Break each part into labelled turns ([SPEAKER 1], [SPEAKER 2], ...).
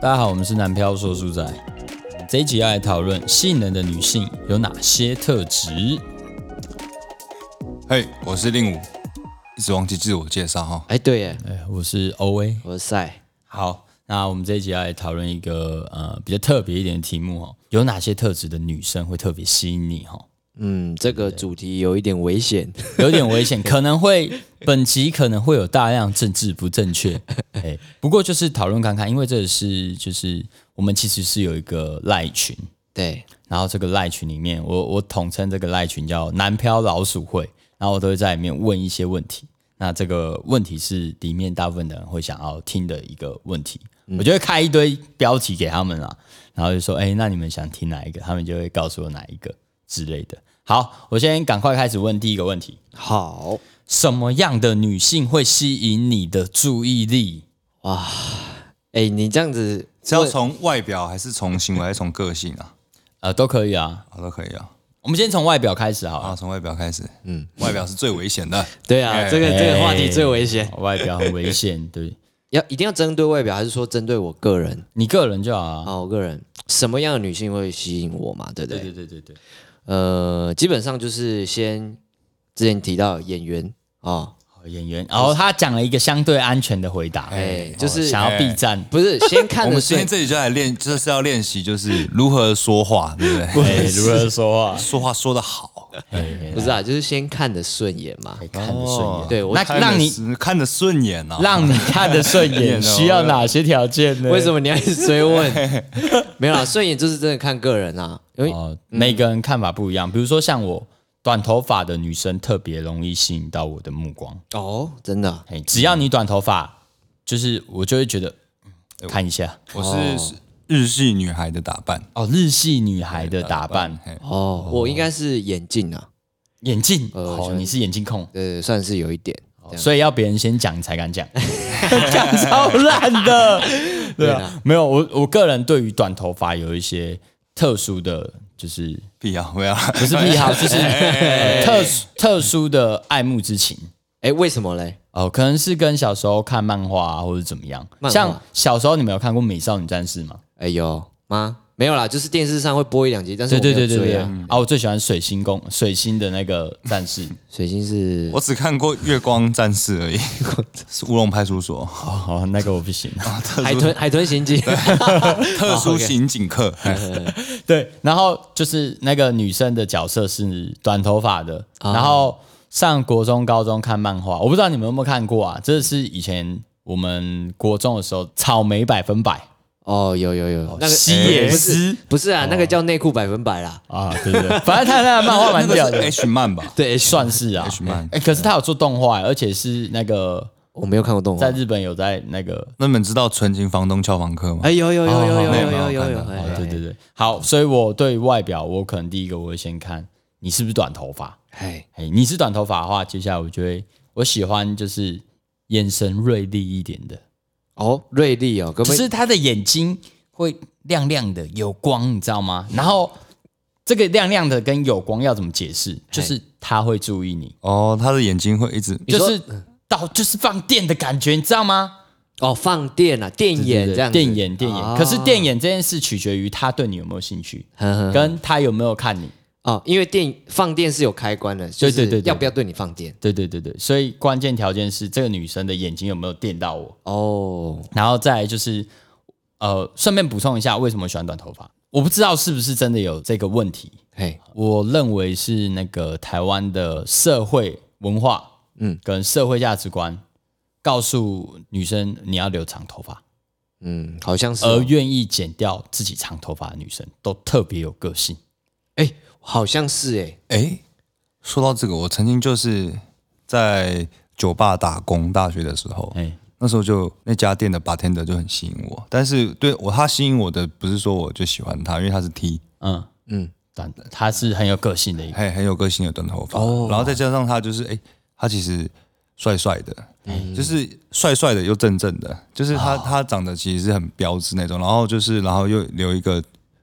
[SPEAKER 1] 大家好，我们是南漂说书仔，这一集要来讨论吸引人的女性有哪些特质。
[SPEAKER 2] 嘿我是令武，一直忘记自我介绍哈。
[SPEAKER 3] 哎，对耶，
[SPEAKER 1] 哎，我是 O A。
[SPEAKER 3] 我是赛，
[SPEAKER 1] 好，那我们这一集要来讨论一个呃比较特别一点的题目哦，有哪些特质的女生会特别吸引你哦？
[SPEAKER 3] 嗯，这个主题有一点危险，
[SPEAKER 1] 有点危险，可能会本集可能会有大量政治不正确。哎，不过就是讨论看看，因为这是就是我们其实是有一个赖群，
[SPEAKER 3] 对，
[SPEAKER 1] 然后这个赖群里面，我我统称这个赖群叫“南漂老鼠会”，然后我都会在里面问一些问题。那这个问题是里面大部分的人会想要听的一个问题，
[SPEAKER 3] 嗯
[SPEAKER 1] 我就会开一堆标题给他们啊，然后就说：“哎、那你们想听哪一个？”他们就会告诉我哪一个之类的。好，我先赶快开始问第一个问题：
[SPEAKER 3] 好
[SPEAKER 1] 什么样的女性会吸引你的注意力？
[SPEAKER 3] 哇，哎，你这样子
[SPEAKER 2] 是要
[SPEAKER 3] 问
[SPEAKER 2] 从外表，还是从行为，还是从个性啊？
[SPEAKER 1] 呃，都可以啊。
[SPEAKER 2] 啊，都可以啊。
[SPEAKER 1] 我们先从外表开始好了。
[SPEAKER 2] 啊，从外表开始。嗯，外表是最危险的。
[SPEAKER 3] 对啊，这个这个话题
[SPEAKER 1] 哎
[SPEAKER 3] 最危险，
[SPEAKER 1] 外表很危险，对
[SPEAKER 3] 要一定要针对外表，还是说针对我个人？
[SPEAKER 1] 你个人就好啊。
[SPEAKER 3] 啊，我个人什么样的女性会吸引我嘛？对不
[SPEAKER 1] 对
[SPEAKER 3] 对？
[SPEAKER 1] 对对对对，
[SPEAKER 3] 呃，基本上就是先之前提到演员哦，
[SPEAKER 1] 好演员。然后他讲了一个相对安全的回答，
[SPEAKER 3] 哎
[SPEAKER 1] 哦
[SPEAKER 3] 就是
[SPEAKER 1] 想要避战。
[SPEAKER 3] 不是先看
[SPEAKER 2] 我
[SPEAKER 3] 的
[SPEAKER 2] 们今
[SPEAKER 3] 顺
[SPEAKER 2] 天，这里就来练，就是要练习，就是如何说话，对 不对？
[SPEAKER 1] 哎，如何说话？
[SPEAKER 2] 说话说得好，
[SPEAKER 3] 不是啊，就是先看的顺眼嘛
[SPEAKER 1] 哎。看得顺眼，
[SPEAKER 3] 对我
[SPEAKER 1] 那
[SPEAKER 2] 看得
[SPEAKER 1] 让你
[SPEAKER 2] 是看得顺眼啊。
[SPEAKER 1] 让你看得顺眼，
[SPEAKER 2] 眼哦
[SPEAKER 1] 需要哪些条件呢？
[SPEAKER 3] 为什
[SPEAKER 1] 么？
[SPEAKER 3] 么你要一直追问？没有啦，顺眼就是真的看个人啊，因为
[SPEAKER 1] 哦，每个人看法不一样。比如说像我，短头发的女生特别容易吸引到我的目光。
[SPEAKER 3] 哦，真的啊
[SPEAKER 1] 哎，只要你短头发，就是我就会觉得嗯看一下
[SPEAKER 2] 我是日系女孩的打扮，
[SPEAKER 1] 哦，日系女孩的哎打扮，
[SPEAKER 2] 嘿
[SPEAKER 3] 哦，我应该是眼镜啊，
[SPEAKER 1] 眼镜
[SPEAKER 3] 呃
[SPEAKER 1] 哦，
[SPEAKER 3] 就
[SPEAKER 1] 你是眼镜控。
[SPEAKER 3] 呃，算是有一点。这样
[SPEAKER 1] 所以要别人先讲你才敢 讲，讲超烂 的。对啊，没有我我个人对于短头发有一些特殊的，就是
[SPEAKER 2] 必要不要。
[SPEAKER 1] 不是癖 好，就是特殊特殊的爱慕之情。
[SPEAKER 3] 哎，为什么嘞？
[SPEAKER 1] 哦，可能是跟小时候看漫画啊，或者怎么样。
[SPEAKER 3] 漫画
[SPEAKER 1] 像小时候你们有看过《美少女战士》吗？
[SPEAKER 3] 哎呦妈，没有啦，就是电视上会播一两集，但是
[SPEAKER 1] 对
[SPEAKER 3] 我
[SPEAKER 1] 对
[SPEAKER 3] 没有
[SPEAKER 1] 对对
[SPEAKER 3] 追
[SPEAKER 1] 对。
[SPEAKER 3] 啊。
[SPEAKER 1] 啊，我最喜欢水星宫水星的那个战士。
[SPEAKER 3] 水星是
[SPEAKER 2] 我只看过《月光战士》而已，是乌龙派出所
[SPEAKER 1] 哦，那个我不行。
[SPEAKER 3] 海豚海豚刑警，
[SPEAKER 2] 特殊刑 警课。嘿
[SPEAKER 1] 对，然后就是那个女生的角色是短头发的，然后上国中、高中看漫画，我不知道你们有没有看过啊？这是以前我们国中的时候，《草莓百分百
[SPEAKER 3] 哦，有有有，那》个
[SPEAKER 1] 西野
[SPEAKER 3] 不是
[SPEAKER 1] 丝
[SPEAKER 3] 不是啊，那个叫内裤百分百啦。
[SPEAKER 1] 啊，对对对， 反正他那个漫画蛮
[SPEAKER 2] 那
[SPEAKER 1] 屌
[SPEAKER 2] 个是哎
[SPEAKER 1] 的，
[SPEAKER 2] H 漫吧？
[SPEAKER 1] 对，算是啊
[SPEAKER 2] H 漫，
[SPEAKER 1] 哎，可是他有做动画，而且是那个
[SPEAKER 3] 我没有看过动
[SPEAKER 1] 在
[SPEAKER 3] 画。
[SPEAKER 1] 日本有在那个，
[SPEAKER 2] 那你们知道纯情房东俏房客吗？
[SPEAKER 3] 哎，有有有有有
[SPEAKER 2] 那
[SPEAKER 3] 有
[SPEAKER 2] 个蛮好
[SPEAKER 3] 有
[SPEAKER 2] 看
[SPEAKER 3] 有有
[SPEAKER 2] 的，
[SPEAKER 3] 哎
[SPEAKER 1] 哦
[SPEAKER 3] 哎
[SPEAKER 1] 对对对，好，所以我对外表，我可能第一个我会先看你是不是短头发。
[SPEAKER 3] 哎，
[SPEAKER 1] 哎，你是短头发的话，接下来我就会，我喜欢就是眼神锐利一点的，
[SPEAKER 3] 哦，瑞丽哦，根
[SPEAKER 1] 可
[SPEAKER 3] 本
[SPEAKER 1] 是他的眼睛会亮亮的，有光，你知道吗？然后这个亮亮的跟有光要怎么解释？就是他会注意你，
[SPEAKER 2] 哦，他的眼睛会一直
[SPEAKER 1] 就是到就是放电的感觉，你知道吗？
[SPEAKER 3] 哦放电啊，电眼
[SPEAKER 1] 对
[SPEAKER 3] 这样子，
[SPEAKER 1] 电眼电眼，
[SPEAKER 3] 哦
[SPEAKER 1] 可是电眼这件事取决于他对你有没有兴趣，
[SPEAKER 3] 呵呵呵
[SPEAKER 1] 跟他有没有看你。
[SPEAKER 3] 哦，因为电放电是有开关的，就
[SPEAKER 1] 对对对
[SPEAKER 3] 是
[SPEAKER 1] 对
[SPEAKER 3] 要不要对你放电？
[SPEAKER 1] 对对对对，所以关键条件是这个女生的眼睛有没有电到我。
[SPEAKER 3] 哦，
[SPEAKER 1] 然后再来就是，呃，顺便补充一下，为什么喜欢短头发？我不知道是不是真的有这个问题，
[SPEAKER 3] 嘿，
[SPEAKER 1] 我认为是那个台湾的社会文化，嗯
[SPEAKER 3] 嗯，
[SPEAKER 1] 跟社会价值观告诉女生你要留长头发，
[SPEAKER 3] 嗯，好像是哦
[SPEAKER 1] 而愿意剪掉自己长头发的女生都特别有个性。
[SPEAKER 3] 哎，好像是哎，
[SPEAKER 2] 哎。说到这个，我曾经就是在酒吧打工，大学的时候，
[SPEAKER 1] 哎，
[SPEAKER 2] 那时候就那家店的 bartender 就很吸引我，但是对我他吸引我的不是说我就喜欢他，因为他是 T，
[SPEAKER 1] 嗯嗯
[SPEAKER 3] 嗯，
[SPEAKER 1] 短，她是很有个性的一个，
[SPEAKER 2] 还很有个性的短头发，
[SPEAKER 3] 哦
[SPEAKER 2] 然后再加上他就是哎、他其实帅帅的，
[SPEAKER 1] 嗯
[SPEAKER 2] 哎就是帅帅的又正正的，就是他、
[SPEAKER 1] 啊
[SPEAKER 2] 他长得其实是很标致那种，然后就是然后又留一个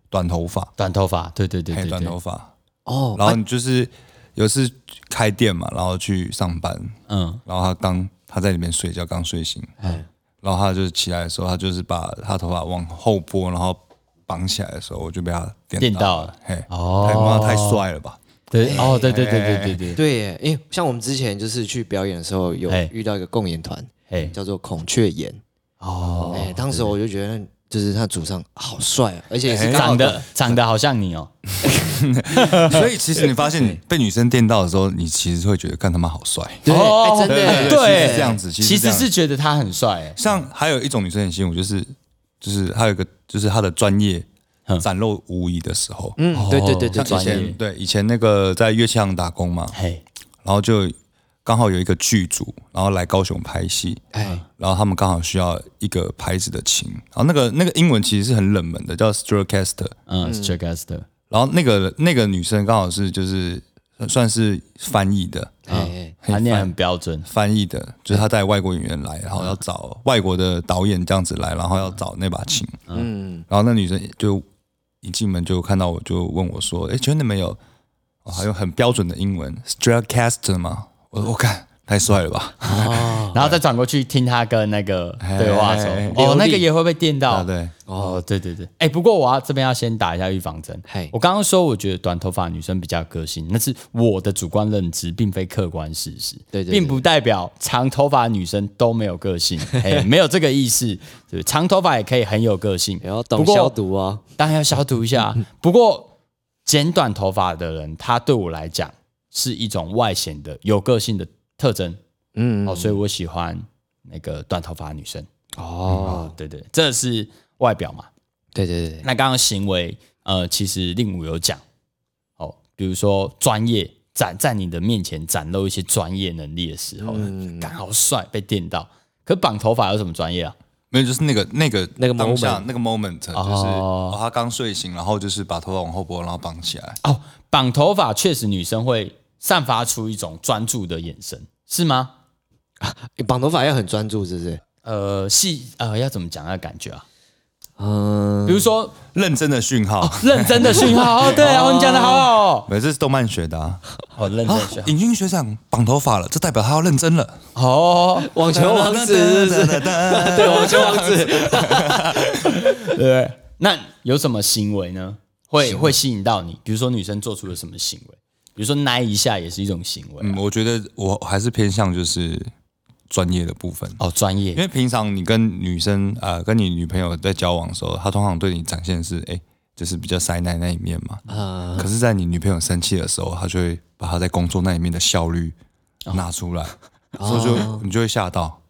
[SPEAKER 2] 短头发，
[SPEAKER 1] 短头发，对对对
[SPEAKER 2] 还
[SPEAKER 1] 对
[SPEAKER 2] 有短
[SPEAKER 1] 对
[SPEAKER 2] 头，发，
[SPEAKER 3] 哦，
[SPEAKER 2] 然后你就是有一次开店嘛，然后去上班，
[SPEAKER 1] 嗯，
[SPEAKER 2] 然后他刚他在里面睡觉，刚睡醒，
[SPEAKER 3] 哎
[SPEAKER 2] 然后他就起来的时候，他就是把他头发往后拨，然后绑起来的时候，我就被他电
[SPEAKER 1] 电
[SPEAKER 2] 到
[SPEAKER 1] 到
[SPEAKER 2] 了
[SPEAKER 1] 了，
[SPEAKER 2] 嘿，
[SPEAKER 1] 哦
[SPEAKER 2] 太妈太帅了吧！
[SPEAKER 1] 对，哦，对对对对对对，
[SPEAKER 3] 对耶，因为像我们之前就是去表演的时候，有
[SPEAKER 1] 哎
[SPEAKER 3] 遇到一个共演团，
[SPEAKER 1] 哎，
[SPEAKER 3] 叫做孔雀眼。
[SPEAKER 1] 哦，
[SPEAKER 3] 哎，当时我就觉得，就是他主唱好帅啊，而且也是刚好
[SPEAKER 1] 哎长得长得好像你哦，
[SPEAKER 2] 所以其实你发现你被女生电到的时候，你其实会觉得看他妈好帅，
[SPEAKER 3] 对，
[SPEAKER 1] 哦
[SPEAKER 3] 哎真的耶
[SPEAKER 1] 对
[SPEAKER 2] 其实是这样子，
[SPEAKER 1] 其
[SPEAKER 2] 实这
[SPEAKER 1] 实
[SPEAKER 2] 样
[SPEAKER 1] 是觉得他很帅，哎
[SPEAKER 2] 像还有一种女生很辛苦，就是就是还有一个就是她的专业展露无遗的时候，嗯，
[SPEAKER 3] 嗯，对对对
[SPEAKER 2] 像
[SPEAKER 3] 对，
[SPEAKER 1] 哦
[SPEAKER 2] 以
[SPEAKER 3] 专业
[SPEAKER 2] 前对以前那个在乐器行打工嘛，
[SPEAKER 1] 嘿，
[SPEAKER 2] 然后就刚好有一个剧组，然后来高雄拍戏，
[SPEAKER 3] 哎
[SPEAKER 1] 嗯
[SPEAKER 2] 然后他们刚好需要一个牌子的琴，然后那个那个英文其实是很冷门的，叫 Stratocaster，
[SPEAKER 1] 嗯 s t r a g a s t e r
[SPEAKER 2] 然后那个那个女生刚好是就是算是翻译的，
[SPEAKER 1] 嗯
[SPEAKER 3] 哎哎，
[SPEAKER 1] 他念很标准，
[SPEAKER 2] 翻译的，就是他带外国演员来，然后要找外国的导演这样子来，然后要找那把琴。嗯，然后那女生就一进门就看到我，就问我说：“哎，真的没有？”哦，还有很标准的英文 “Stratocaster” 吗？我说：“我看太帅了吧
[SPEAKER 1] 然后再转过去听他跟那个对话的时候
[SPEAKER 2] 哎
[SPEAKER 1] 哦，那
[SPEAKER 3] 流
[SPEAKER 1] 个
[SPEAKER 3] 利
[SPEAKER 1] 也会被电！”到
[SPEAKER 2] 啊，，对，
[SPEAKER 1] 哦，对对对，哎，不过我要这边要先打一下预防针
[SPEAKER 3] 嘿。
[SPEAKER 1] 我刚刚说，我觉得短头发女生比较个性，那是我的主观认知，并非客观事实。
[SPEAKER 3] 对对对
[SPEAKER 1] 并不代表长头发女生都没有个性， 哎，没有这个意思。对，长头发也可以很有个性，
[SPEAKER 3] 也要
[SPEAKER 1] 不
[SPEAKER 3] 懂
[SPEAKER 1] 过
[SPEAKER 3] 消毒啊，
[SPEAKER 1] 当然要消毒一下
[SPEAKER 3] 嗯
[SPEAKER 1] 啊。不过剪短头发的人，他对我来讲是一种外显的有个性的特征
[SPEAKER 3] 嗯
[SPEAKER 1] 哦，所以我喜欢那个短头发的女生。
[SPEAKER 3] 哦，
[SPEAKER 1] 对对，这是外表嘛。
[SPEAKER 3] 对对对对，
[SPEAKER 1] 那刚刚行为，呃，其实令武有讲哦，比如说专业展在你的面前展露一些专业能力的时候，
[SPEAKER 3] 嗯
[SPEAKER 1] 刚、好帅被电到。可绑头发有什么专业啊？
[SPEAKER 2] 没有，就是那个那个
[SPEAKER 3] 那个
[SPEAKER 2] 当下
[SPEAKER 3] moment
[SPEAKER 2] 那个 moment，就是
[SPEAKER 1] 哦
[SPEAKER 2] 哦，他刚睡醒，然后就是把头发往后拨，然后绑起来。
[SPEAKER 1] 哦，绑头发确实女生会散发出一种专注的眼神，是吗？
[SPEAKER 3] 你哎绑头发要很专注，是不是？
[SPEAKER 1] 呃，细呃要怎么讲那个感觉啊？
[SPEAKER 3] 嗯
[SPEAKER 1] 比，如说
[SPEAKER 2] 认真的讯号，
[SPEAKER 1] 认真的讯 号，哦，对哦，你讲的好好哦，
[SPEAKER 2] 每次是动漫学的啊。
[SPEAKER 1] 哦，认真
[SPEAKER 2] 啊
[SPEAKER 1] 的讯，号，
[SPEAKER 2] 尹俊学长绑头发了，这代表他要认真了。
[SPEAKER 1] 哦，
[SPEAKER 3] 网球王子是不 是？对，网球王子，
[SPEAKER 1] 对，那有什么行为呢？会会吸引到你？比如说女生做出了什么行为？比如说奶一下也是一种行为啊、
[SPEAKER 2] 嗯，我觉得我还是偏向就是专业的部分，
[SPEAKER 1] 哦，专
[SPEAKER 2] 因
[SPEAKER 1] 业
[SPEAKER 2] 为平常你跟女生呃跟你女朋友在交往的时候，她通常对你展现的是哎、就是比较塞奶那一面嘛。
[SPEAKER 1] 呃
[SPEAKER 3] 啊
[SPEAKER 2] 可是，在你女朋友生气的时候，她就会把她在工作那一面的效率
[SPEAKER 1] 哦
[SPEAKER 2] 拿出来，所以就你就会吓到，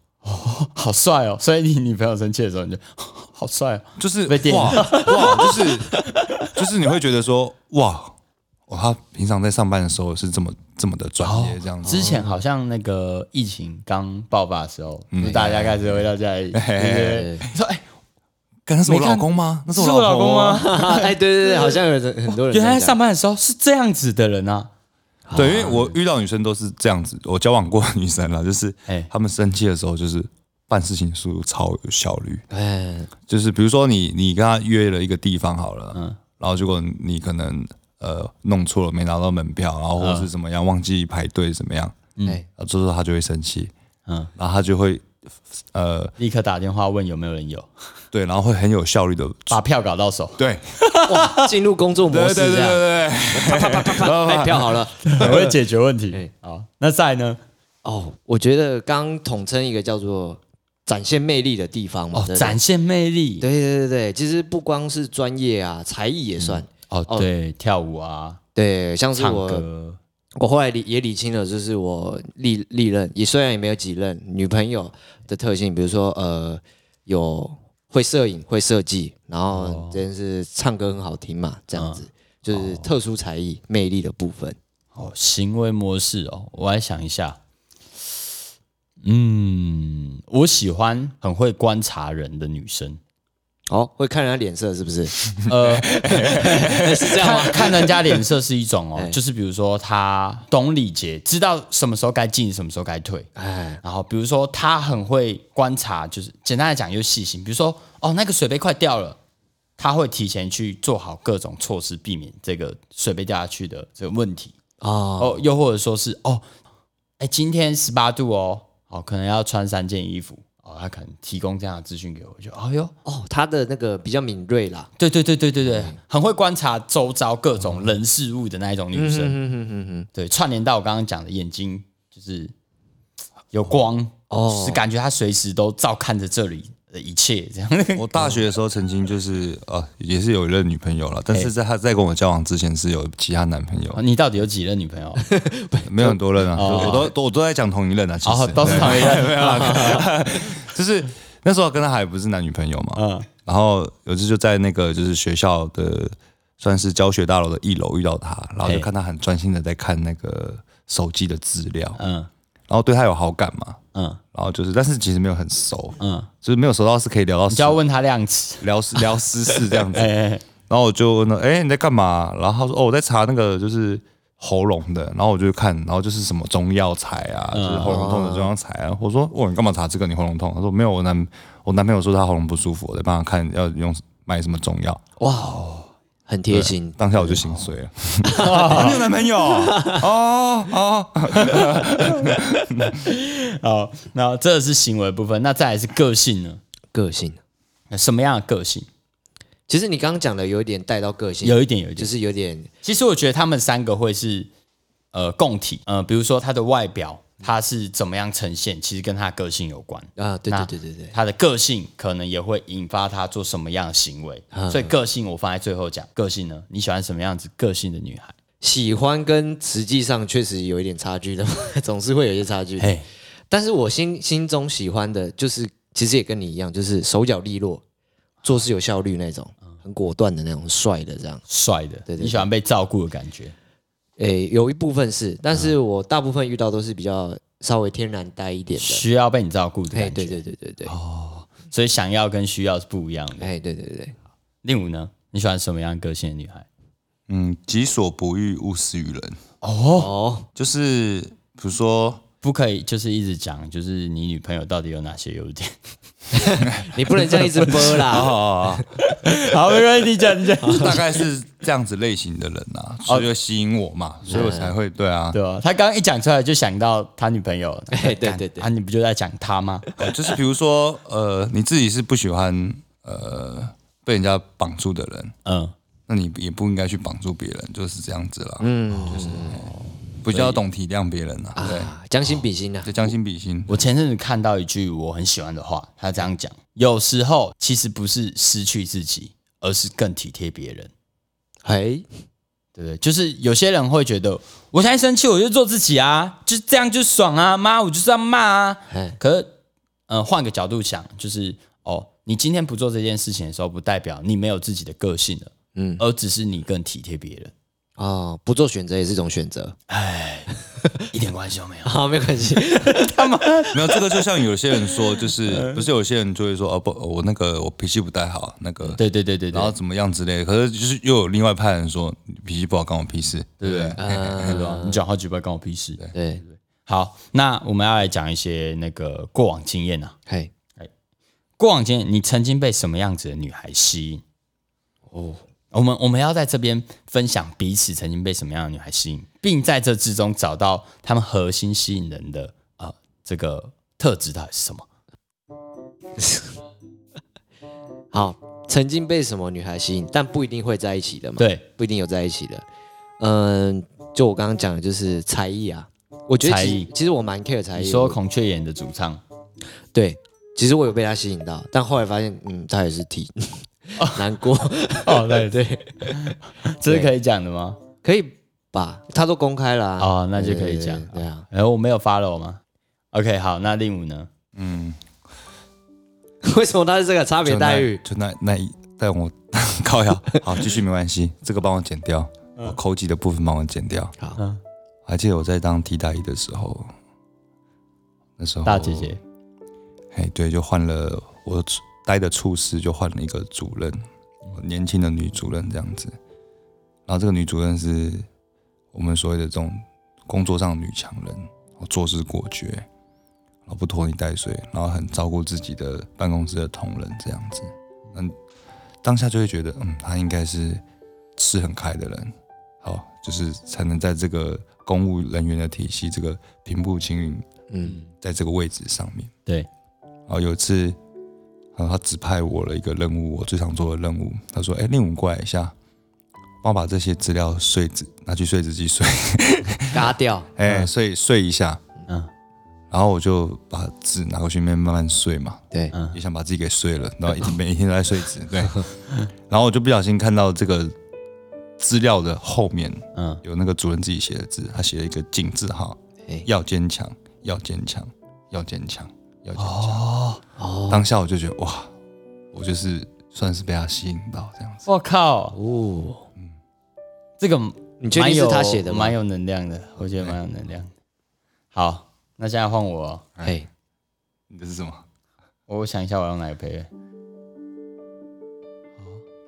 [SPEAKER 1] 好帅哦！所以你女朋友生气的时候，你就 好帅哦。
[SPEAKER 2] 就是
[SPEAKER 1] 被电
[SPEAKER 2] 哇哇，就是就是你会觉得说哇。哇，她平常在上班的时候是这么这么的专业，这样子。
[SPEAKER 1] 之前好像那个疫情刚爆发的时候，就大家开始回到家里，对对对说哎，
[SPEAKER 2] 干，那是我
[SPEAKER 1] 没看
[SPEAKER 2] 老公吗？那是
[SPEAKER 1] 是我老公
[SPEAKER 2] 婆
[SPEAKER 1] 吗？？
[SPEAKER 3] 哎，对对对，好像有人很多
[SPEAKER 1] 哦
[SPEAKER 3] 人
[SPEAKER 1] 原来
[SPEAKER 3] 在讲
[SPEAKER 1] 上班的时候是这样子的人啊，
[SPEAKER 2] 对，因为我遇到女生都是这样子，我交往过的女生 啦，就是
[SPEAKER 1] 哎
[SPEAKER 2] 她们生气的时候，就是办事情速度超有效率。
[SPEAKER 3] 哎，
[SPEAKER 2] 就是比如说你你跟她约了一个地方好了，
[SPEAKER 1] 嗯
[SPEAKER 2] 然后结果你可能呃弄错了，没拿到门票，
[SPEAKER 1] 嗯
[SPEAKER 2] 然后或是怎么样忘记排队怎么样，
[SPEAKER 3] 哎，
[SPEAKER 2] 然后这时候她就会生气，
[SPEAKER 1] 嗯，
[SPEAKER 2] 然后她就会呃
[SPEAKER 1] 立刻打电话问有没有人有，
[SPEAKER 2] 对，然后会很有效率的。
[SPEAKER 1] 把票搞到 手，
[SPEAKER 2] 对，
[SPEAKER 3] 哇，进入工作模
[SPEAKER 2] 对
[SPEAKER 3] 式
[SPEAKER 2] 对对
[SPEAKER 3] 这
[SPEAKER 2] 对
[SPEAKER 3] 样，
[SPEAKER 2] 对，
[SPEAKER 3] 啪啪啪啪啪， 卖票好了。
[SPEAKER 1] 很会解决问题
[SPEAKER 3] 哎。
[SPEAKER 1] 好，那再呢？
[SPEAKER 3] 哦，我觉得刚统称一个叫做展现魅力的地方嘛，
[SPEAKER 1] 哦
[SPEAKER 3] 对，不对
[SPEAKER 1] 展现魅力。
[SPEAKER 3] 对对对对，其实不光是专业啊，才艺也算。
[SPEAKER 1] 哦，对，跳舞啊，
[SPEAKER 3] 对，像是
[SPEAKER 1] 唱
[SPEAKER 3] 我，
[SPEAKER 1] 歌，
[SPEAKER 3] 我后来理也理清了，就是我历历任也虽然也没有几任女朋友的特性，比如说呃，有会摄影、会设计，然后真是唱歌很好听嘛，这样子、就是特殊才艺、魅力的部分。
[SPEAKER 1] 哦，行为模式哦，我来想一下。嗯，我喜欢很会观察人的女生。
[SPEAKER 3] 哦，会看人家脸色是不是？
[SPEAKER 1] 呃，哎
[SPEAKER 3] 是这样吗？
[SPEAKER 1] 看看人家脸色是一种 哦
[SPEAKER 3] 哎，
[SPEAKER 1] 就是比如说他懂礼节，知道什么时候该进，什么时候该退。
[SPEAKER 3] 哎，
[SPEAKER 1] 然后比如说他很会观察，就是简单来讲就是细心。比如说哦，那个水杯快掉了，他会提前去做好各种措施，避免这个水杯掉下去的这个问题。
[SPEAKER 3] 哦，
[SPEAKER 1] 哦，又或者说是哦，哎，今天十八度哦，哦，可能要穿三件衣服哦，他可能提供这样的资讯给我，我就哎呦，
[SPEAKER 3] 哦，他的那个比较敏锐啦。
[SPEAKER 1] 对对对对对对，
[SPEAKER 3] 嗯
[SPEAKER 1] 很会观察周遭各种人事物的那一种女生，
[SPEAKER 3] 嗯哼哼哼，
[SPEAKER 1] 对，串联到我刚刚讲的眼睛，就是有光
[SPEAKER 3] 哦
[SPEAKER 1] 就是感觉他随时都照看着这里的一切，这样
[SPEAKER 2] 我大学的时候曾经就是呃，也是有一任女朋友了，但是在她在跟我交往之前是有其他男朋友
[SPEAKER 1] 哦，你到底有几任女朋 友？
[SPEAKER 2] 没有很多任啊，我都都我都在讲同一任啊，其
[SPEAKER 1] 哦
[SPEAKER 2] 实，
[SPEAKER 1] 都是同一任，
[SPEAKER 2] 就是那时候跟她还不是男女朋友嘛，
[SPEAKER 1] 嗯
[SPEAKER 2] 然后有一次就在那个就是学校的算是教学大楼的一楼遇到她，然后就
[SPEAKER 1] 嘿
[SPEAKER 2] 看她很专心的在看那个手机的资料，
[SPEAKER 1] 嗯
[SPEAKER 2] 然后对她有好感嘛，
[SPEAKER 1] 嗯
[SPEAKER 2] 然后就是但是其实没有很熟，
[SPEAKER 1] 嗯，
[SPEAKER 2] 就是没有熟到是可以聊到
[SPEAKER 1] 你就要问他量词，
[SPEAKER 2] 聊私聊私事这样 子，
[SPEAKER 1] 哎哎，哎
[SPEAKER 2] 然后我就问他，哎、你在干嘛？然后他说，哦，我在查那个就是喉咙的。然后我就看，然后就是什么中药材啊，
[SPEAKER 1] 嗯
[SPEAKER 2] 就是喉咙痛的中药材啊。我说，哦，你干嘛查这个？你喉咙痛？他说没有，我男我男朋友说他喉咙不舒服，我在帮他看要用买什么中药。
[SPEAKER 3] 哇哦，很贴心。
[SPEAKER 2] 当下我就心碎了。 你有男朋友？哦哦，
[SPEAKER 3] 哦
[SPEAKER 1] 好，那这是行为部分，那再来是个性呢？
[SPEAKER 3] 个性，
[SPEAKER 1] 那什么样的个性？
[SPEAKER 3] 其实你刚刚讲的有一点带到个性，
[SPEAKER 1] 有一点，有一
[SPEAKER 3] 就
[SPEAKER 1] 点。
[SPEAKER 3] 是有点
[SPEAKER 1] 其实我觉得他们三个会是呃共体，呃，比如说他的外表，他是怎么样呈现，其实跟他个性有关。
[SPEAKER 3] 啊，对
[SPEAKER 1] 那
[SPEAKER 3] 对对对对，
[SPEAKER 1] 他的个性可能也会引发他做什么样的行为，
[SPEAKER 3] 嗯
[SPEAKER 1] 所以个性我放在最后讲。个性呢，你喜欢什么样子个性的女孩？
[SPEAKER 3] 喜欢跟实际上确实有一点差距的， 总是会有一些差距。
[SPEAKER 1] 嘿，
[SPEAKER 3] 但是我心心中喜欢的就是，其实也跟你一样，就是手脚利落，做事有效率那种，
[SPEAKER 1] 嗯
[SPEAKER 3] 很果断的那种，帅的这样。
[SPEAKER 1] 帅的，
[SPEAKER 3] 对对
[SPEAKER 1] 你喜欢被照顾的感觉。
[SPEAKER 3] 诶，有一部分
[SPEAKER 1] 嗯
[SPEAKER 3] 是，但是我大部分遇到都是比较稍微天然呆一点的。
[SPEAKER 1] 需要被你照顾的
[SPEAKER 3] 哎，
[SPEAKER 1] 感觉，哦
[SPEAKER 3] 对对对对对，
[SPEAKER 1] 所以想要跟需要是不一样的。
[SPEAKER 3] 哎，对对对，
[SPEAKER 1] 令武呢，你喜欢什么样个性的女孩？
[SPEAKER 2] 嗯，己所不欲，勿施于人。
[SPEAKER 3] 哦，
[SPEAKER 2] 就是比如说，
[SPEAKER 1] 不可以，就是一直讲，就是你女朋友到底有哪些优 点？
[SPEAKER 3] 你不能这样一直播 啦。
[SPEAKER 2] 哦，
[SPEAKER 1] 好，没关系，你讲，你 讲。
[SPEAKER 2] 大概是这样子类型的人
[SPEAKER 1] 哦
[SPEAKER 2] 啊，所以就吸引我嘛，所以我才会对啊。
[SPEAKER 1] 对啊，他刚刚一讲出来就想到他女朋友，
[SPEAKER 3] 哎对对对
[SPEAKER 1] 啊，你不就在讲他吗？
[SPEAKER 2] 呃就是比如说，呃，你自己是不喜欢呃被人家绑住的人，
[SPEAKER 1] 嗯，
[SPEAKER 2] 那你也不应该去绑住别人，就是这样子啦。嗯，就是哎比较懂体谅别人啦。对，
[SPEAKER 3] 啊，将心比心啊
[SPEAKER 2] 就，将心比心。
[SPEAKER 1] 我前阵子看到一句我很喜欢的话，他这样讲：有时候其实不是失去自己，而是更体贴别人，
[SPEAKER 3] 哎，
[SPEAKER 1] 对不对？就是有些人会觉得，我现在生气我就做自己啊，就这样就爽啊，妈，我就是要骂啊。
[SPEAKER 3] 哎，
[SPEAKER 1] 可是，呃，换个角度想，就是哦，你今天不做这件事情的时候，不代表你没有自己的个性了，
[SPEAKER 3] 嗯，
[SPEAKER 1] 而只是你更体贴别人，
[SPEAKER 3] 哦，不做选择也是一种选择。
[SPEAKER 1] 一点关系都没有。
[SPEAKER 3] 好，没关系。
[SPEAKER 2] 没有这个，就像有些人说， 就是不是有些人就会说，哦不，我那个我脾气不太好，那个
[SPEAKER 1] 对对对对对，
[SPEAKER 2] 然后怎么样之类的。可是就是又有另外一派人说，你脾气不好关我屁事，对不对？
[SPEAKER 1] 对吧？你讲好几百关我屁事。
[SPEAKER 3] 对，
[SPEAKER 1] 好，那我们要来讲一些那个过往经验啊。
[SPEAKER 3] 嘿，
[SPEAKER 1] 过往经验，你曾经被什么样子的女孩吸引？哦，我们我们要在这边分享彼此曾经被什么样的女孩吸引，并在这之中找到她们核心吸引人的呃这个特质到底是什么？
[SPEAKER 3] 好，曾经被什么女孩吸引，但不一定会在一起的嘛，，
[SPEAKER 1] 对，
[SPEAKER 3] 不一定有在一起的。嗯，就我刚刚讲的，就是才艺啊，我觉得
[SPEAKER 1] 才
[SPEAKER 3] 其
[SPEAKER 1] 艺
[SPEAKER 3] 实其实我蛮 care 才艺。
[SPEAKER 1] 你说
[SPEAKER 3] 我
[SPEAKER 1] 孔雀眼的主唱，
[SPEAKER 3] 对，其实我有被她吸引到，但后来发现，嗯，她也是 T，难过。
[SPEAKER 1] 哦，对对， 这是可以讲的吗？
[SPEAKER 3] 可以吧？她都公开了啊，
[SPEAKER 1] 哦，那就可以讲
[SPEAKER 3] 对。对对对啊，
[SPEAKER 1] 然后哎我没有 follow 吗？OK，好，那令武呢？
[SPEAKER 2] 嗯，
[SPEAKER 3] 为什么她是这个差别
[SPEAKER 2] 就
[SPEAKER 3] 待遇？
[SPEAKER 2] 就那那一但我 靠呀，好，继续没关系，这个帮我剪掉，
[SPEAKER 1] 嗯
[SPEAKER 2] 我口技的部分帮我剪掉。
[SPEAKER 3] 好，
[SPEAKER 2] 我还记得我在当替代役的时候，那时候
[SPEAKER 1] 大姐姐，
[SPEAKER 2] 哎，对，就换了我待的处室，就换了一个主任，年轻的女主任这样子。然后这个女主任是我们所谓的这种工作上的女强人，做事果决，然后不拖泥带水，然后很照顾自己的办公室的同仁这样子。嗯，当下就会觉得，嗯，她应该是吃很开的人，好，就是才能在这个公务人员的体系这个平步青云，
[SPEAKER 3] 嗯，
[SPEAKER 2] 在这个位置上面。
[SPEAKER 1] 对，
[SPEAKER 2] 然哦后有一次，然后他指派我了一个任务，我最常做的任务。他说：“哎，令武过来一下，帮我把这些资料碎纸拿去碎纸机碎，
[SPEAKER 3] 嘎掉，
[SPEAKER 2] 哎、碎碎一下。”
[SPEAKER 1] 嗯
[SPEAKER 2] 然后我就把纸拿过去面慢慢碎嘛，
[SPEAKER 3] 对，
[SPEAKER 2] 也想把自己给碎了，然后一直每一天都在碎纸，对。然后我就不小心看到这个资料的后面
[SPEAKER 1] 嗯，
[SPEAKER 2] 有那个主任自己写的字，他写了一个“井”字哈
[SPEAKER 3] 哎，
[SPEAKER 2] 要坚强，要坚强，要坚强，要坚强。
[SPEAKER 1] 哦，
[SPEAKER 3] 哦，
[SPEAKER 2] 当下我就觉得哇，我就是算是被他吸引到这样子。
[SPEAKER 1] 我靠，
[SPEAKER 3] 哦，
[SPEAKER 1] 这个
[SPEAKER 3] 你确定
[SPEAKER 1] 蛮有
[SPEAKER 3] 是他写的吗
[SPEAKER 1] 蛮？有能量的，我觉得蛮有能量的。哎好，那现在换我哦，
[SPEAKER 3] 嘿，
[SPEAKER 2] 哎你这是什么？
[SPEAKER 1] 我想一下我要哪个配乐，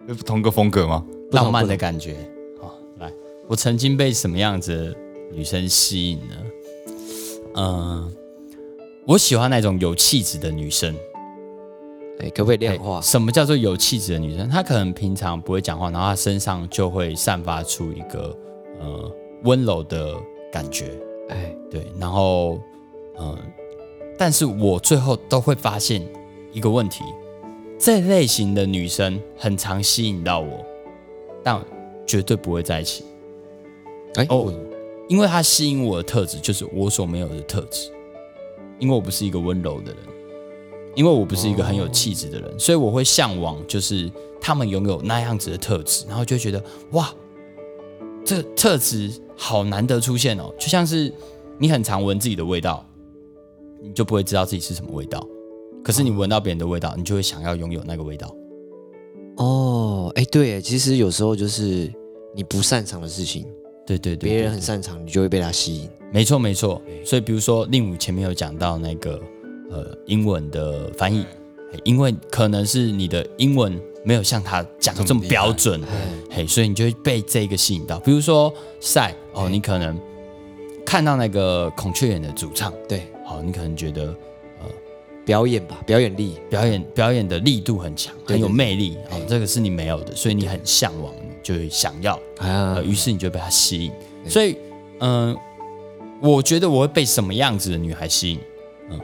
[SPEAKER 2] 这不同个风格吗？
[SPEAKER 3] 不同
[SPEAKER 1] 浪漫的感觉。好，来，我曾经被什么样子的女生吸引呢？嗯、我喜欢那种有气质的女生。
[SPEAKER 3] 哎，可不可以量化
[SPEAKER 1] 嘿？什么叫做有气质的女生？她可能平常不会讲话，然后她身上就会散发出一个呃温柔的感觉，
[SPEAKER 3] 哎，
[SPEAKER 1] 对。然后嗯、呃但是我最后都会发现一个问题，这类型的女生很常吸引到我，但绝对不会在一起。
[SPEAKER 3] 哎，
[SPEAKER 1] 哦，因为她吸引我的特质就是我所没有的特质，因为我不是一个温柔的人，因为我不是一个很有气质的人，所以我会向往就是他们拥有那样子的特质，然后就会觉得哇，这特质好难得出现哦，就像是你很常闻自己的味道，你就不会知道自己是什么味道，可是你闻到别人的味道，你就会想要拥有那个味道。
[SPEAKER 3] 哦，哎，对耶，其实有时候就是你不擅长的事情，
[SPEAKER 1] 对对对，
[SPEAKER 3] 别人很擅长，你就会被他吸引。
[SPEAKER 1] 没错没错，所以比如说令武前面有讲到那个呃英文的翻译，
[SPEAKER 3] 嗯
[SPEAKER 1] 嘿因为可能是你的英文没有像他讲的这么标准，嘿，所以你就会被这个吸引到。比如说赛哦，你可能看到那个孔雀眼的主唱，
[SPEAKER 3] 对，
[SPEAKER 1] 好、你可能觉得
[SPEAKER 3] 表演吧，表演力，
[SPEAKER 1] 表演表演的力度很强，
[SPEAKER 3] 对
[SPEAKER 1] 很有
[SPEAKER 3] 对对
[SPEAKER 1] 魅力，哦，这个是你没有的，所以你很向往，你就会想要，
[SPEAKER 3] 啊
[SPEAKER 1] 呃，，于是你就被她吸引。所以，嗯、我觉得我会被什么样子的女孩吸引？嗯，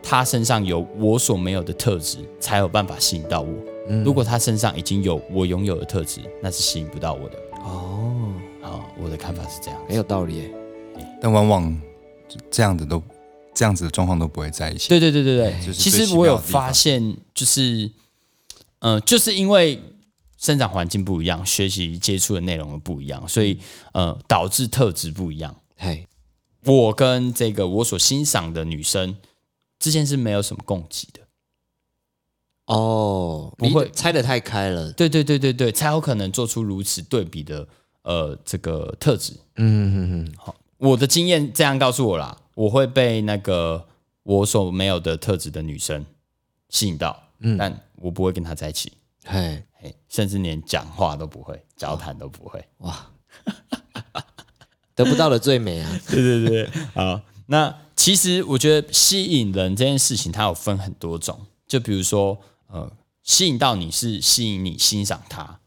[SPEAKER 1] 她身上有我所没有的特质，才有办法吸引到我。
[SPEAKER 3] 嗯
[SPEAKER 1] 如果她身上已经有我拥有的特质，那是吸引不到我的。
[SPEAKER 3] 哦，
[SPEAKER 1] 啊、我的看法是这样。
[SPEAKER 3] 很有道理耶。
[SPEAKER 2] 但往往就这样子都这样子的状况都不会在一起。
[SPEAKER 1] 对对对对对，
[SPEAKER 2] 哎这是
[SPEAKER 1] 其
[SPEAKER 2] 最奇
[SPEAKER 1] 实
[SPEAKER 2] 妙
[SPEAKER 1] 我
[SPEAKER 2] 的
[SPEAKER 1] 有
[SPEAKER 2] 地方
[SPEAKER 1] 发现，就是，嗯、就是因为生长环境不一样，学习接触的内容不一样，所以呃，导致特质不一样。
[SPEAKER 3] 嘿，
[SPEAKER 1] 我跟这个我所欣赏的女生之间是没有什么共集的。
[SPEAKER 3] 哦，
[SPEAKER 1] 不会
[SPEAKER 3] 你猜的太开了。
[SPEAKER 1] 对对对对对，才有可能做出如此对比的呃这个特质。
[SPEAKER 3] 嗯嗯嗯，
[SPEAKER 1] 我的经验这样告诉我啦，我会被那个我所没有的特质的女生吸引到，
[SPEAKER 2] 嗯
[SPEAKER 1] 但我不会跟她在一起，
[SPEAKER 3] 嘿，
[SPEAKER 1] 嘿甚至连讲话都不会，交谈都不会。
[SPEAKER 3] 哇，得不到的最美啊。
[SPEAKER 1] 对对对，好。那其实我觉得吸引人这件事情，它有分很多种，就比如说，呃，吸引到你是吸引你欣赏他，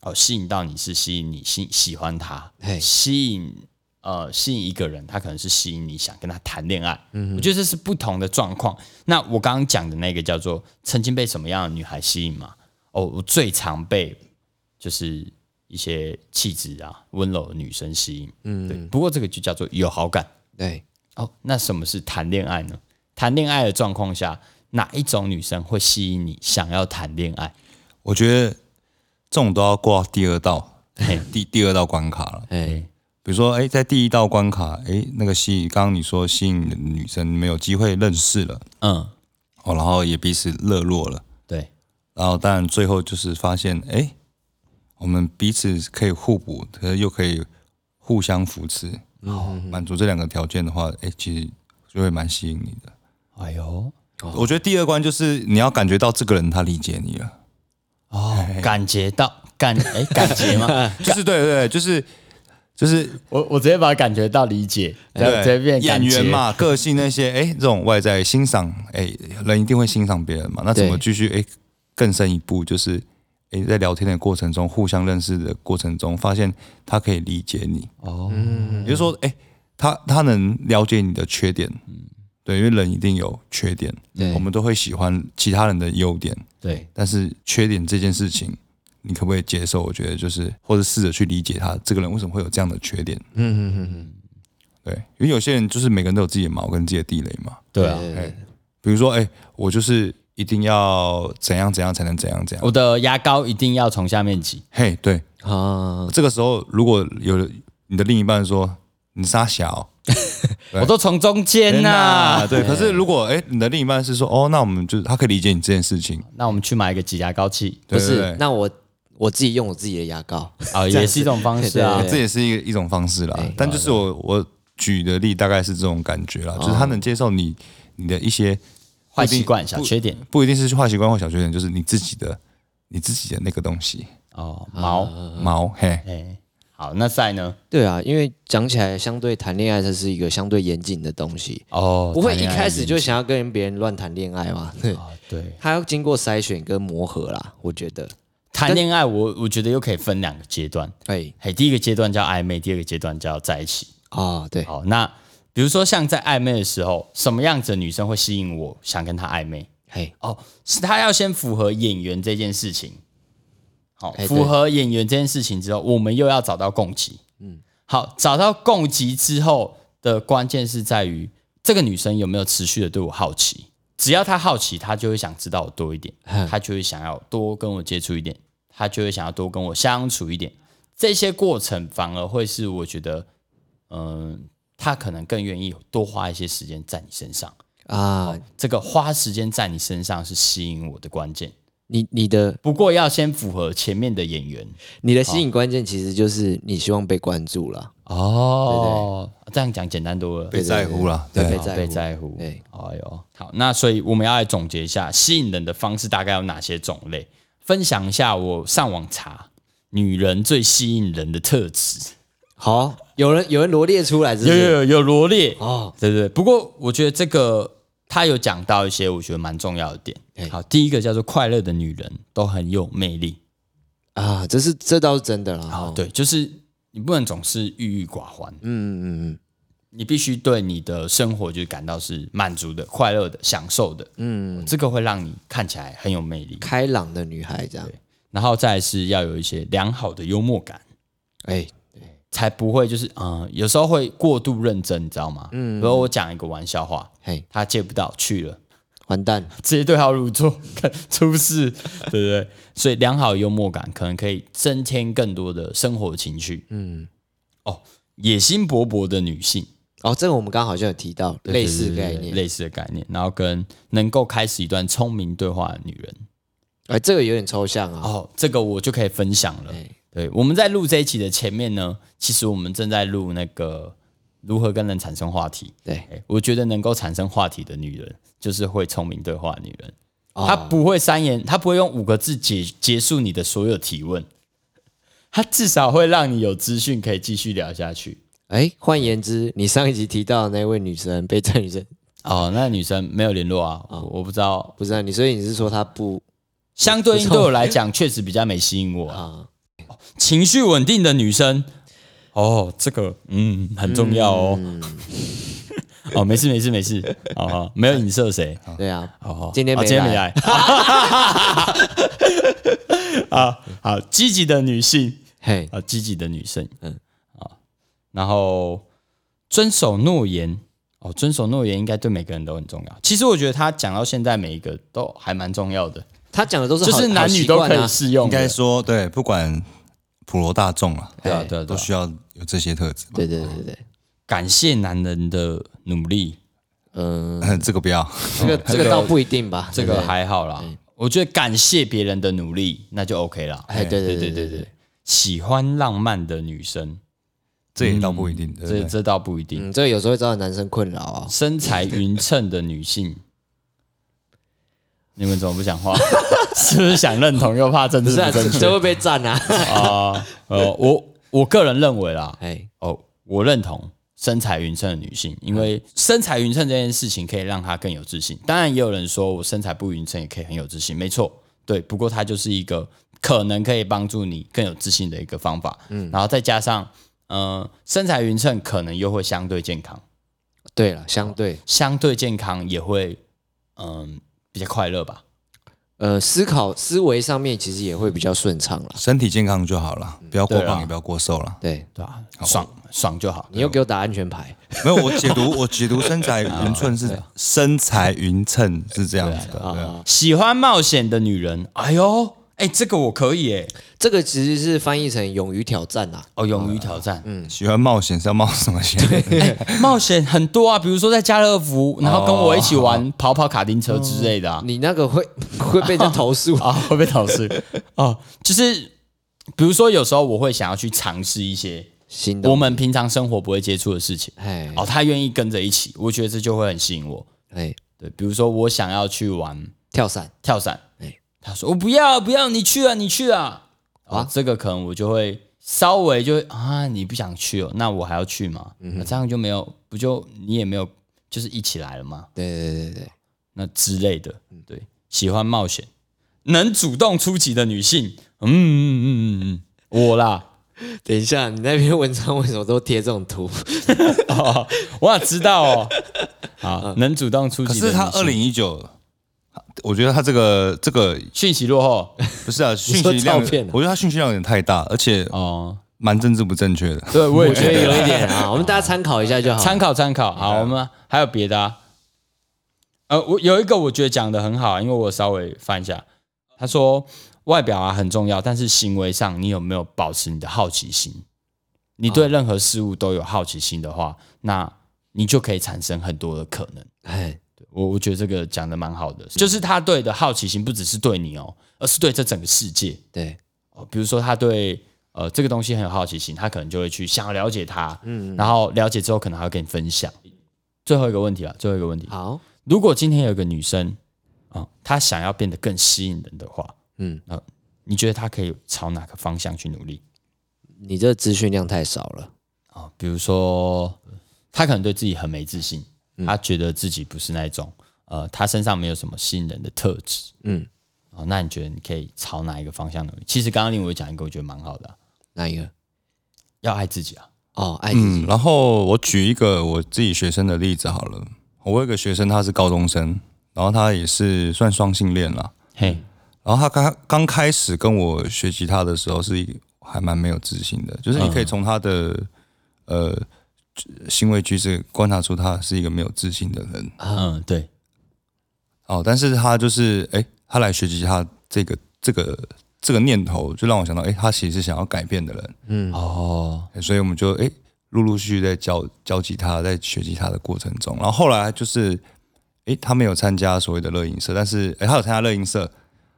[SPEAKER 1] 哦，吸引到你是吸引你喜喜欢他，
[SPEAKER 3] 嘿
[SPEAKER 1] 吸引呃吸引一个人，他可能是吸引你想跟他谈恋爱，嗯，我觉得这是不同的状况。那我刚刚讲的那个叫做曾经被什么样的女孩吸引嘛？哦，我最常被就是一些气质啊温柔的女生吸引，嗯，对。不过这个就叫做有好感
[SPEAKER 3] 对，
[SPEAKER 1] 哦。那什么是谈恋爱呢？谈恋爱的状况下，哪一种女生会吸引你想要谈恋爱？
[SPEAKER 2] 我觉得这种都要过到第二道
[SPEAKER 1] 嘿，
[SPEAKER 2] 第第二道关卡了。
[SPEAKER 3] 哎，
[SPEAKER 2] 比如说，哎，在第一道关卡，哎，那个吸引，刚刚你说吸引的女生没有机会认识了，
[SPEAKER 1] 嗯，
[SPEAKER 2] 哦，然后也彼此热络了，
[SPEAKER 1] 对，
[SPEAKER 2] 然后当然最后就是发现，哎，我们彼此可以互补，可是又可以互相扶持，哦，满足这两个条件的话，哎，其实就会蛮吸引你的。
[SPEAKER 1] 哎呦，
[SPEAKER 2] 我觉得第二关就是你要感觉到这个人他理解你了，
[SPEAKER 1] 哦，感觉到感哎感觉 吗？
[SPEAKER 2] 就是对对，对就是就是
[SPEAKER 1] 我我直接把感觉到理解，
[SPEAKER 2] 对，
[SPEAKER 1] 直接变
[SPEAKER 2] 哎演
[SPEAKER 1] 感觉
[SPEAKER 2] 员， 嘛，个性那些，哎，这种外在欣赏，哎，人一定会欣赏别人嘛。那怎么
[SPEAKER 3] 对
[SPEAKER 2] 继续哎更深一步？就是诶，在聊天的过程中，互相认识的过程中，发现他可以理解你，
[SPEAKER 1] 哦，
[SPEAKER 2] 也就是说，诶，他他能了解你的缺点，对，因为人一定有缺点，
[SPEAKER 3] 嗯对
[SPEAKER 2] 我们都会喜欢其他人的优点，
[SPEAKER 1] 对，
[SPEAKER 2] 但是缺点这件事情，你可不可以接受？我觉得就是，或者试着去理解他这个人为什么会有这样的缺点，
[SPEAKER 3] 嗯嗯嗯，
[SPEAKER 2] 对，因为有些人就是每个人都有自己的毛跟自己的地雷嘛，
[SPEAKER 1] 对啊，
[SPEAKER 2] 哎，比如说，哎，我就是一定要怎样怎样才能怎样怎样，
[SPEAKER 1] 我的牙膏一定要从下面挤，
[SPEAKER 2] 嘿，对，
[SPEAKER 3] 啊，
[SPEAKER 2] 这个时候如果有你的另一半说你傻小，对
[SPEAKER 1] 我都从中间呐、
[SPEAKER 2] 啊对，可是如果哎你的另一半是说哦，那我们就他可以理解你这件事情，
[SPEAKER 1] 那我们去买一个挤牙膏器
[SPEAKER 3] 不
[SPEAKER 2] 对对
[SPEAKER 3] 是
[SPEAKER 2] 对，
[SPEAKER 3] 那我我自己用我自己的牙膏，
[SPEAKER 1] 啊、也是一种方式啊
[SPEAKER 3] 对。
[SPEAKER 2] 这也是一个一种方式啦
[SPEAKER 3] 对。
[SPEAKER 2] 但就是我我举的例大概是这种感觉啦，就是他能接受你你的一些
[SPEAKER 1] 坏习惯、小
[SPEAKER 2] 不
[SPEAKER 1] 缺点
[SPEAKER 2] 不一定是坏习惯或小缺点，就是你自己的你自己的那个东西
[SPEAKER 1] 哦，毛，
[SPEAKER 2] 毛嘿
[SPEAKER 1] 哎、，好，那赛呢？
[SPEAKER 3] 对啊，因为讲起来，相对谈恋爱，它是一个相对严谨的东西，
[SPEAKER 1] 哦，
[SPEAKER 3] 不会
[SPEAKER 1] 谈
[SPEAKER 3] 一
[SPEAKER 1] 恋爱
[SPEAKER 3] 开始
[SPEAKER 1] 的
[SPEAKER 3] 就想要跟别人乱谈恋爱嘛，
[SPEAKER 1] 啊，对，
[SPEAKER 3] 它要经过筛选跟磨合啦，我觉得，
[SPEAKER 1] 谈恋爱我我觉得又可以分两个阶段，
[SPEAKER 3] 哎，
[SPEAKER 1] 嘿，第一个阶段叫暧昧，第二个阶段叫在一起。
[SPEAKER 3] 啊，对，
[SPEAKER 1] 好，那比如说像在暧昧的时候，什么样子的女生会吸引我想跟她暧昧？
[SPEAKER 3] 嘿，
[SPEAKER 1] 哦，是她要先符合眼缘这件事情。好，
[SPEAKER 3] 哎对
[SPEAKER 1] 符合眼缘这件事情之后，我们又要找到共集。嗯，好，找到共集之后的关键是在于这个女生有没有持续的对我好奇。只要她好奇，她就会想知道我多一 点，她就会想要多跟我接触一点，她就会想要多跟我相处一点。这些过程反而会是我觉得，嗯、她可能更愿意多花一些时间在你身上。
[SPEAKER 3] 啊，
[SPEAKER 1] 这个花时间在你身上是吸引我的关键。
[SPEAKER 3] 你你的
[SPEAKER 1] 不过要先符合前面的演员
[SPEAKER 3] 你的吸引关键其实就是你希望被关注啦，
[SPEAKER 1] 哦，这样讲简单多了，
[SPEAKER 2] 被在乎啦，
[SPEAKER 3] 对被
[SPEAKER 1] 好
[SPEAKER 3] 在乎
[SPEAKER 1] 被在乎。
[SPEAKER 3] 对
[SPEAKER 1] 哎呦，好，那所以我们要来总结一下吸引人的方式大概有哪些种类，分享一下我上网查女人最吸引人的特质，
[SPEAKER 3] 好，有人有人罗列出来，是不
[SPEAKER 1] 有有
[SPEAKER 3] 是？
[SPEAKER 1] 有有罗列
[SPEAKER 3] 哦，
[SPEAKER 1] 对对，对不过我觉得这个他有讲到一些我觉得蛮重要的点。好，第一个叫做快乐的女人都很有魅力。
[SPEAKER 3] 啊，这是这倒是真的啦，
[SPEAKER 1] 啊
[SPEAKER 3] 哦，
[SPEAKER 1] 对，就是你不能总是郁郁寡欢，
[SPEAKER 3] 嗯嗯嗯
[SPEAKER 1] 你必须对你的生活就感到是满足的、快乐的、享受的，
[SPEAKER 3] 嗯，
[SPEAKER 1] 这个会让你看起来很有魅力。
[SPEAKER 3] 开朗的女孩这样，
[SPEAKER 1] 然后再来是要有一些良好的幽默感，
[SPEAKER 3] 哎，
[SPEAKER 1] 才不会就是嗯、呃有时候会过度认真，你知道吗？嗯，比如我讲一个玩笑话，
[SPEAKER 3] 嘿，
[SPEAKER 1] 他接不到去了，
[SPEAKER 3] 完蛋，
[SPEAKER 1] 直接对号入座，看出事，对不对？所以良好幽默感可能可以增添更多的生活情趣。嗯，哦，野心勃勃的女性。
[SPEAKER 3] 哦，这个我们刚刚好像有提到类似概
[SPEAKER 1] 对对对
[SPEAKER 3] 念，
[SPEAKER 1] 类似的概念，然后跟能够开始一段聪明对话的女人，
[SPEAKER 3] 哎，这个有点抽象啊，
[SPEAKER 1] 哦，这个我就可以分享了。
[SPEAKER 3] 哎
[SPEAKER 1] 对，我们在录这一期的前面呢，其实我们正在录那个如何跟人产生话题。
[SPEAKER 3] 对，
[SPEAKER 1] 哎我觉得能够产生话题的女人，就是会聪明对话的女人。
[SPEAKER 3] 哦
[SPEAKER 1] 她不会三言，她不会用五个字结结束你的所有提问， 她至少会让你有资讯可以继续聊下去。
[SPEAKER 3] 哎，换言之，你上一集提到的那位女生被占女生，
[SPEAKER 1] 哦，那女生没有联络啊，我我不知道
[SPEAKER 3] 不是啊你，所以你是说她不
[SPEAKER 1] 相对应对我来讲，确实比较没吸引我、啊。
[SPEAKER 3] 啊？
[SPEAKER 1] 情绪稳定的女生，哦，这个嗯很重要哦。 哦，没事没事没事，哦，好没有影射谁，
[SPEAKER 3] 对啊，
[SPEAKER 1] 哦，
[SPEAKER 3] 今天
[SPEAKER 1] 哦
[SPEAKER 3] 没
[SPEAKER 1] 今天没来
[SPEAKER 3] 来。
[SPEAKER 1] 啊，好，积极的女性
[SPEAKER 3] 嘿，
[SPEAKER 1] 啊，积极的女生，嗯啊，然后遵守诺言。哦，遵守诺言应该对每个人都很重要。其实我觉得他讲到现在，每一个都还蛮重要的，
[SPEAKER 3] 他讲的都是
[SPEAKER 1] 就
[SPEAKER 3] 好啊
[SPEAKER 1] 是男女都可以适用
[SPEAKER 2] 应
[SPEAKER 1] 的。
[SPEAKER 2] 该说对，不管普罗大众啊，
[SPEAKER 1] 对啊，对啊，对
[SPEAKER 2] 都
[SPEAKER 1] 啊。
[SPEAKER 2] 需要有这些特质 嘛。
[SPEAKER 3] 对对对对，
[SPEAKER 1] 感谢男人的努力，
[SPEAKER 3] 嗯，
[SPEAKER 2] 这个不要，
[SPEAKER 3] 这个这个倒不一定吧，
[SPEAKER 1] 这
[SPEAKER 3] 对
[SPEAKER 1] 个
[SPEAKER 3] 不对
[SPEAKER 1] 还好啦。我觉得感谢别人的努力，那就 OK 啦。
[SPEAKER 3] 哎，对
[SPEAKER 1] 对
[SPEAKER 3] 对对
[SPEAKER 1] 对
[SPEAKER 3] 对
[SPEAKER 1] 对
[SPEAKER 3] 对，
[SPEAKER 1] 喜欢浪漫的女生，
[SPEAKER 2] 这也倒不一定，对不
[SPEAKER 1] 这
[SPEAKER 2] 对？
[SPEAKER 1] 这倒不一定。
[SPEAKER 3] 嗯，这个有时候会造成男生困扰啊。
[SPEAKER 1] 身材匀称的女性， 你们怎么不讲话？ 是不是想认同又怕政治
[SPEAKER 3] 不是啊，
[SPEAKER 1] 不
[SPEAKER 3] 这
[SPEAKER 1] 正确
[SPEAKER 3] 这会被占啊。
[SPEAKER 1] 啊？呃，我我个人认为啦，
[SPEAKER 3] 哎，
[SPEAKER 1] 哦，我认同身材匀称的女性，因为身材匀称这件事情可以让她更有自信。当然，也有人说我身材不匀称也可以很有自信，没错，对。不过它就是一个可能可以帮助你更有自信的一个方法。嗯，然后再加上，呃，身材匀称可能又会相对健康，
[SPEAKER 3] 对了，相对
[SPEAKER 1] 相对健康也会，嗯、比较快乐吧。
[SPEAKER 3] 呃思考思维上面其实也会比较顺畅了。
[SPEAKER 2] 身体健康就好了，不要过
[SPEAKER 1] 对啦
[SPEAKER 2] 胖，也不要过瘦了。
[SPEAKER 3] 对
[SPEAKER 1] 对吧、爽爽就好。
[SPEAKER 3] 你又给我打安全牌，
[SPEAKER 2] 没有，我解读我解读身材匀称是身材匀称是这样子的，对啊
[SPEAKER 1] 喜欢冒险的女人，哎呦，哎、这个我可以哎、
[SPEAKER 3] 这个其实是翻译成勇于挑战啊啦。
[SPEAKER 1] 哦，勇于挑战，嗯，
[SPEAKER 2] 喜欢冒险是要冒什么 险？
[SPEAKER 1] 冒险很多啊，比如说在家乐福，然后跟我一起玩跑跑卡丁车之类的啊，
[SPEAKER 3] 你那个会 会被人投诉，
[SPEAKER 1] 啊， 会被老师哦，就是比如说有时候我会想要去尝试一些
[SPEAKER 3] 行
[SPEAKER 1] 我
[SPEAKER 3] 动，啊
[SPEAKER 1] 们平常生活不会接触的事情，
[SPEAKER 3] 哎
[SPEAKER 1] 哦，他愿意跟着一起，我觉得这就会很吸引我。
[SPEAKER 3] 哎，
[SPEAKER 1] 对，比如说我想要去玩
[SPEAKER 3] 跳伞，
[SPEAKER 1] 跳伞
[SPEAKER 3] 哎，
[SPEAKER 1] 他说我不要不要，你去啊你去啊，啊，这个可能我就会稍微就会啊，你不想去哦，那我还要去吗？那这样就没有，不就你也没有，就是一起来了吗？
[SPEAKER 3] 对对对对对，
[SPEAKER 1] 那之类的，
[SPEAKER 3] 嗯
[SPEAKER 1] 对，喜欢冒险，能主动出击的女性，嗯嗯嗯嗯嗯，我啦，
[SPEAKER 3] 等一下，你那篇文章为什么都贴这种 图？
[SPEAKER 1] 哦，我想知道哦，
[SPEAKER 3] 嗯
[SPEAKER 1] 啊，能主动出
[SPEAKER 2] 可
[SPEAKER 1] 击的
[SPEAKER 2] 是他
[SPEAKER 1] 女性
[SPEAKER 2] 二零一九，我觉得他这个这个
[SPEAKER 1] 讯息落后
[SPEAKER 2] 不是啊，讯息
[SPEAKER 3] 说
[SPEAKER 2] 量，
[SPEAKER 3] 照片啊
[SPEAKER 2] 我觉得他讯息量有点太大，而且
[SPEAKER 1] 哦，
[SPEAKER 2] 蛮政治不正确的。
[SPEAKER 1] 对，我也
[SPEAKER 3] 我觉得有一点 啊，我们大家参考一下就好。
[SPEAKER 1] 参考参考。好，我们还有别的啊？呃，我有一个我觉得讲的很好啊，因为我稍微翻一下，他说外表啊很重要，但是行为上你有没有保持你的好奇心？你对任何事物都有好奇心的话，那你就可以产生很多的可能。
[SPEAKER 3] 哎，
[SPEAKER 1] 我我觉得这个讲的蛮好的，就是他对的好奇心不只是对你哦，而是对这整个世界。
[SPEAKER 3] 对，
[SPEAKER 1] 哦，比如说他对呃这个东西很有好奇心，他可能就会去想要了解它，然后了解之后可能还会跟你分享。最后一个问题啊，最后一个问题，
[SPEAKER 3] 好，
[SPEAKER 1] 如果今天有一个女生啊、她想要变得更吸引人的话，
[SPEAKER 3] 嗯
[SPEAKER 1] 嗯，那、你觉得她可以朝哪个方向去努力
[SPEAKER 3] 你这资讯量太少了。
[SPEAKER 1] 啊、比如说，她可能对自己很没自信，她觉得自己不是那一种呃，她身上没有什么吸引人的特质，
[SPEAKER 3] 嗯
[SPEAKER 1] 嗯。哦，那你觉得你可以朝哪一个方向努力？其实刚刚令我讲一个，我觉得蛮好的啊、
[SPEAKER 3] 哪一个？
[SPEAKER 1] 要爱自己啊。
[SPEAKER 3] 哦，爱自己。
[SPEAKER 2] 嗯，然后我举一个我自己学生的例子好了。我有一个学生，他是高中生，然后他也是算双性恋啦。
[SPEAKER 1] 嘿，
[SPEAKER 2] 然后他刚刚开始跟我学吉他的时候，是还蛮没有自信的，就是你可以从他的、呃行为举止观察出他是一个没有自信的人。
[SPEAKER 1] 嗯，对，
[SPEAKER 2] 哦，但是他就是哎，诶他来学吉他这个这个这个念头，就让我想到哎，诶他其实是想要改变的人，
[SPEAKER 1] 哦，
[SPEAKER 2] 所以我们就哎陆陆续续在教教吉他，在学吉他的过程中，然后后来就是哎，诶他没有参加所谓的乐音社，但是哎，诶他有参加乐音社，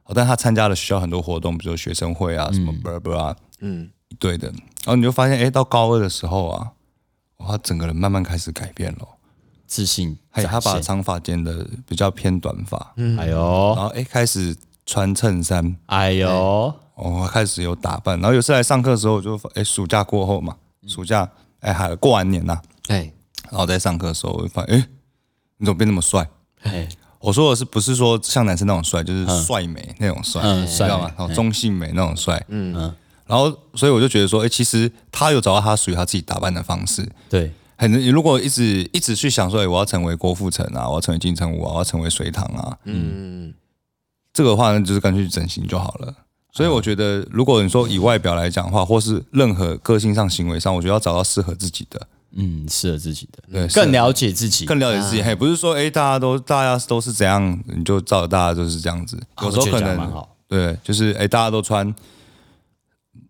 [SPEAKER 2] 哦，但他参加了学校很多活动，比如说学生会啊，什么 b 拉 b 啊，
[SPEAKER 3] 嗯，
[SPEAKER 2] 一堆的，然后你就发现哎，诶到高二的时候啊，哇，他整个人慢慢开始改变了，
[SPEAKER 1] 自信
[SPEAKER 2] 还
[SPEAKER 1] 展现，
[SPEAKER 2] 有他把长发剪的比较偏短发，
[SPEAKER 1] 哎呦，
[SPEAKER 2] 然后哎开始穿衬衫，
[SPEAKER 1] 哎呦，
[SPEAKER 2] 哦开始有打扮，然后有次来上课的时候，我就哎暑假过后嘛，暑假哎还过完年呐、
[SPEAKER 3] 哎，
[SPEAKER 2] 然后在上课的时候我就发现，哎你怎么变那么帅？
[SPEAKER 1] 哎，
[SPEAKER 2] 我说的是不是说像男生那种帅，就是帅美那种帅，
[SPEAKER 1] 嗯
[SPEAKER 2] 你知道
[SPEAKER 1] 帅
[SPEAKER 2] 吗
[SPEAKER 1] 美？
[SPEAKER 2] 然后中性美那种帅，嗯然后所以我就觉得说，哎，其实他有找到他属于他自己打扮的方式。
[SPEAKER 1] 对，
[SPEAKER 2] 很，你如果一直一直去想说，哎，我要成为郭富城啊，我要成为金城武啊，我要成为隋唐啊，
[SPEAKER 3] 嗯，
[SPEAKER 2] 这个的话呢，就是干脆去整形就好了。所以我觉得，如果你说以外表来讲的话，或是任何个性上、行为上，我觉得要找到适合自己的，
[SPEAKER 1] 嗯，适合自己的，
[SPEAKER 2] 对，适合
[SPEAKER 1] 更了解自己，
[SPEAKER 2] 更了解
[SPEAKER 1] 啊
[SPEAKER 2] 自己。嘿，不是说哎，诶大家都大家都是怎样，你就照大家就是这样子。有时
[SPEAKER 1] 啊我
[SPEAKER 2] 候
[SPEAKER 1] 觉得
[SPEAKER 2] 可
[SPEAKER 1] 这样蛮
[SPEAKER 2] 能
[SPEAKER 1] 好，
[SPEAKER 2] 对，就是哎，诶大家都穿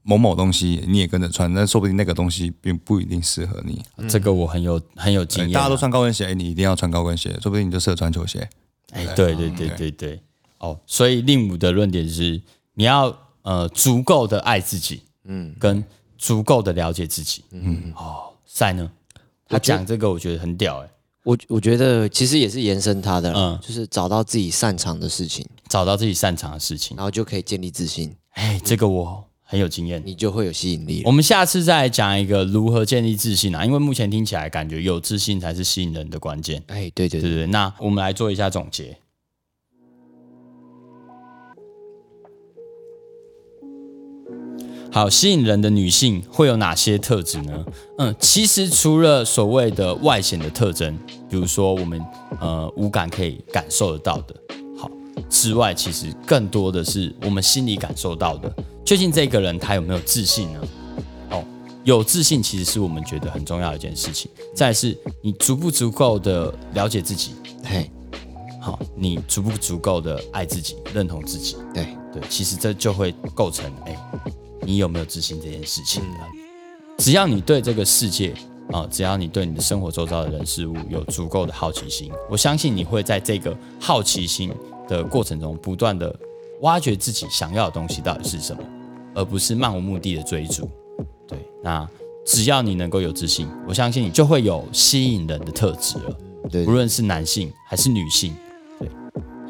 [SPEAKER 2] 某某东西，你也跟着穿，但说不定那个东西并不一定适合你。
[SPEAKER 1] 啊这个我很有很有
[SPEAKER 2] 诶
[SPEAKER 1] 经验啊，
[SPEAKER 2] 大家都穿高跟鞋，哎，你一定要穿高跟鞋，说不定你就适合穿球鞋。
[SPEAKER 1] 哎，对对对对对，哦，所以令武的论点是，你要呃足够的爱自己，嗯，跟足够的了解自己，嗯，哦，赛呢，他讲这个我觉得很屌，哎，
[SPEAKER 3] 我我觉得其实也是延伸他的
[SPEAKER 1] 嗯
[SPEAKER 3] 啦，就是找到自己擅长的事情，
[SPEAKER 1] 找到自己擅长的事情
[SPEAKER 3] 然，后就可以建立自信，
[SPEAKER 1] 哎，这个我很有经验，
[SPEAKER 3] 你就会有吸引力了。
[SPEAKER 1] 我们下次再来讲一个如何建立自信啊，因为目前听起来感觉有自信才是吸引人的关键，
[SPEAKER 3] 哎，对
[SPEAKER 1] 对
[SPEAKER 3] 对对，
[SPEAKER 1] 不对？那我们来做一下总结。好，吸引人的女性会有哪些特质呢？嗯，其实除了所谓的外显的特征，比如说我们呃五感可以感受得到的，好之外，其实更多的是我们心里感受到的，究竟这个人他有没有自信呢？哦，有自信其实是我们觉得很重要的一件事情。再来是你足不足够的了解自己，
[SPEAKER 3] 嘿，
[SPEAKER 1] 好，你足不足够的爱自己、认同自己，
[SPEAKER 3] 对，
[SPEAKER 1] 对，其实这就会构成，哎、你有没有自信这件事情了。只要你对这个世界啊、只要你对你的生活周遭的人事物有足够的好奇心，我相信你会在这个好奇心的过程中，不断的挖掘自己想要的东西到底是什么，而不是漫无目的的追逐。对，那只要你能够有自信，我相信你就会有吸引人的特质了，
[SPEAKER 3] 对
[SPEAKER 1] 无，论是男性还是女性。对，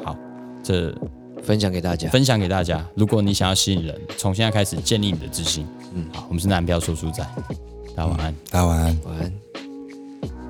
[SPEAKER 1] 好，这
[SPEAKER 3] 分享给大家。
[SPEAKER 1] 分享给大家。如果你想要吸引人，从现在开始建立你的自信。嗯，好，我们是南漂说书仔，大家晚安。
[SPEAKER 2] 大家晚安。
[SPEAKER 3] 晚安。